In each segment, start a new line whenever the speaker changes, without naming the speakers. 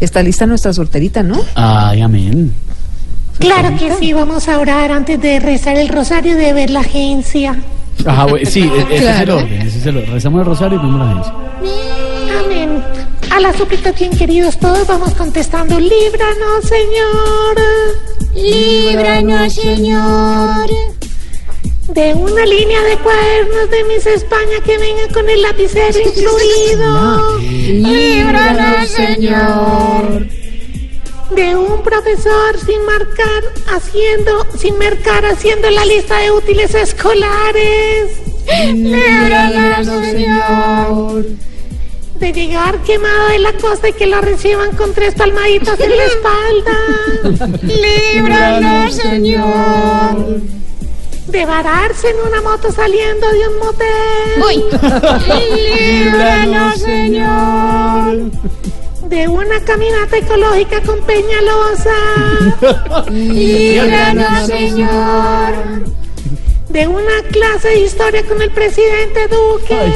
Está lista nuestra sorterita, ¿no?
Ay, amén.
Claro que sí, vamos a orar antes de rezar el rosario y de ver la agencia.
Ajá, güey, sí, e- ese es el
Claro.
orden, ese es el orden. Rezamos el rosario y vemos la agencia.
Amén. A la súplica, bien queridos, todos vamos contestando, líbranos, Señor. Líbranos, Señor. De una línea de cuadernos de mis España que venga con el lapicero incluido. Líbranos, Señor. De un profesor sin marcar, haciendo, sin marcar, haciendo la lista de útiles escolares. Líbranos, Señor de llegar quemado de la costa y que lo reciban con tres palmaditas en la espalda. Líbranos, Señor. De vararse en una moto saliendo de un motel. Líbranos, Señor. De una caminata ecológica con Peñalosa. Líbranos, Señor. De una clase de historia con el presidente Duque.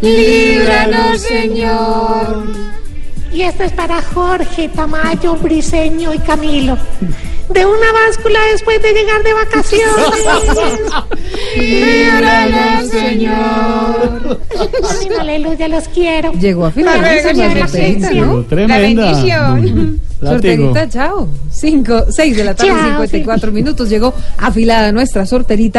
Líbranos, Señor. Y esto es para Jorge, Tamayo, Briseño y Camilo. De una báscula después de llegar de vacaciones. Líbranos, Señor. Amén, aleluya, los quiero.
Llegó a finalizar
Arregla
nuestra
la
sorterita,
agencia.
¿no?
Llegó tremenda.
La bendición.
Látigo.
Sorterita, chao. Cinco, seis de la tarde,
Chao,
54 minutos. Llegó afilada nuestra sorterita.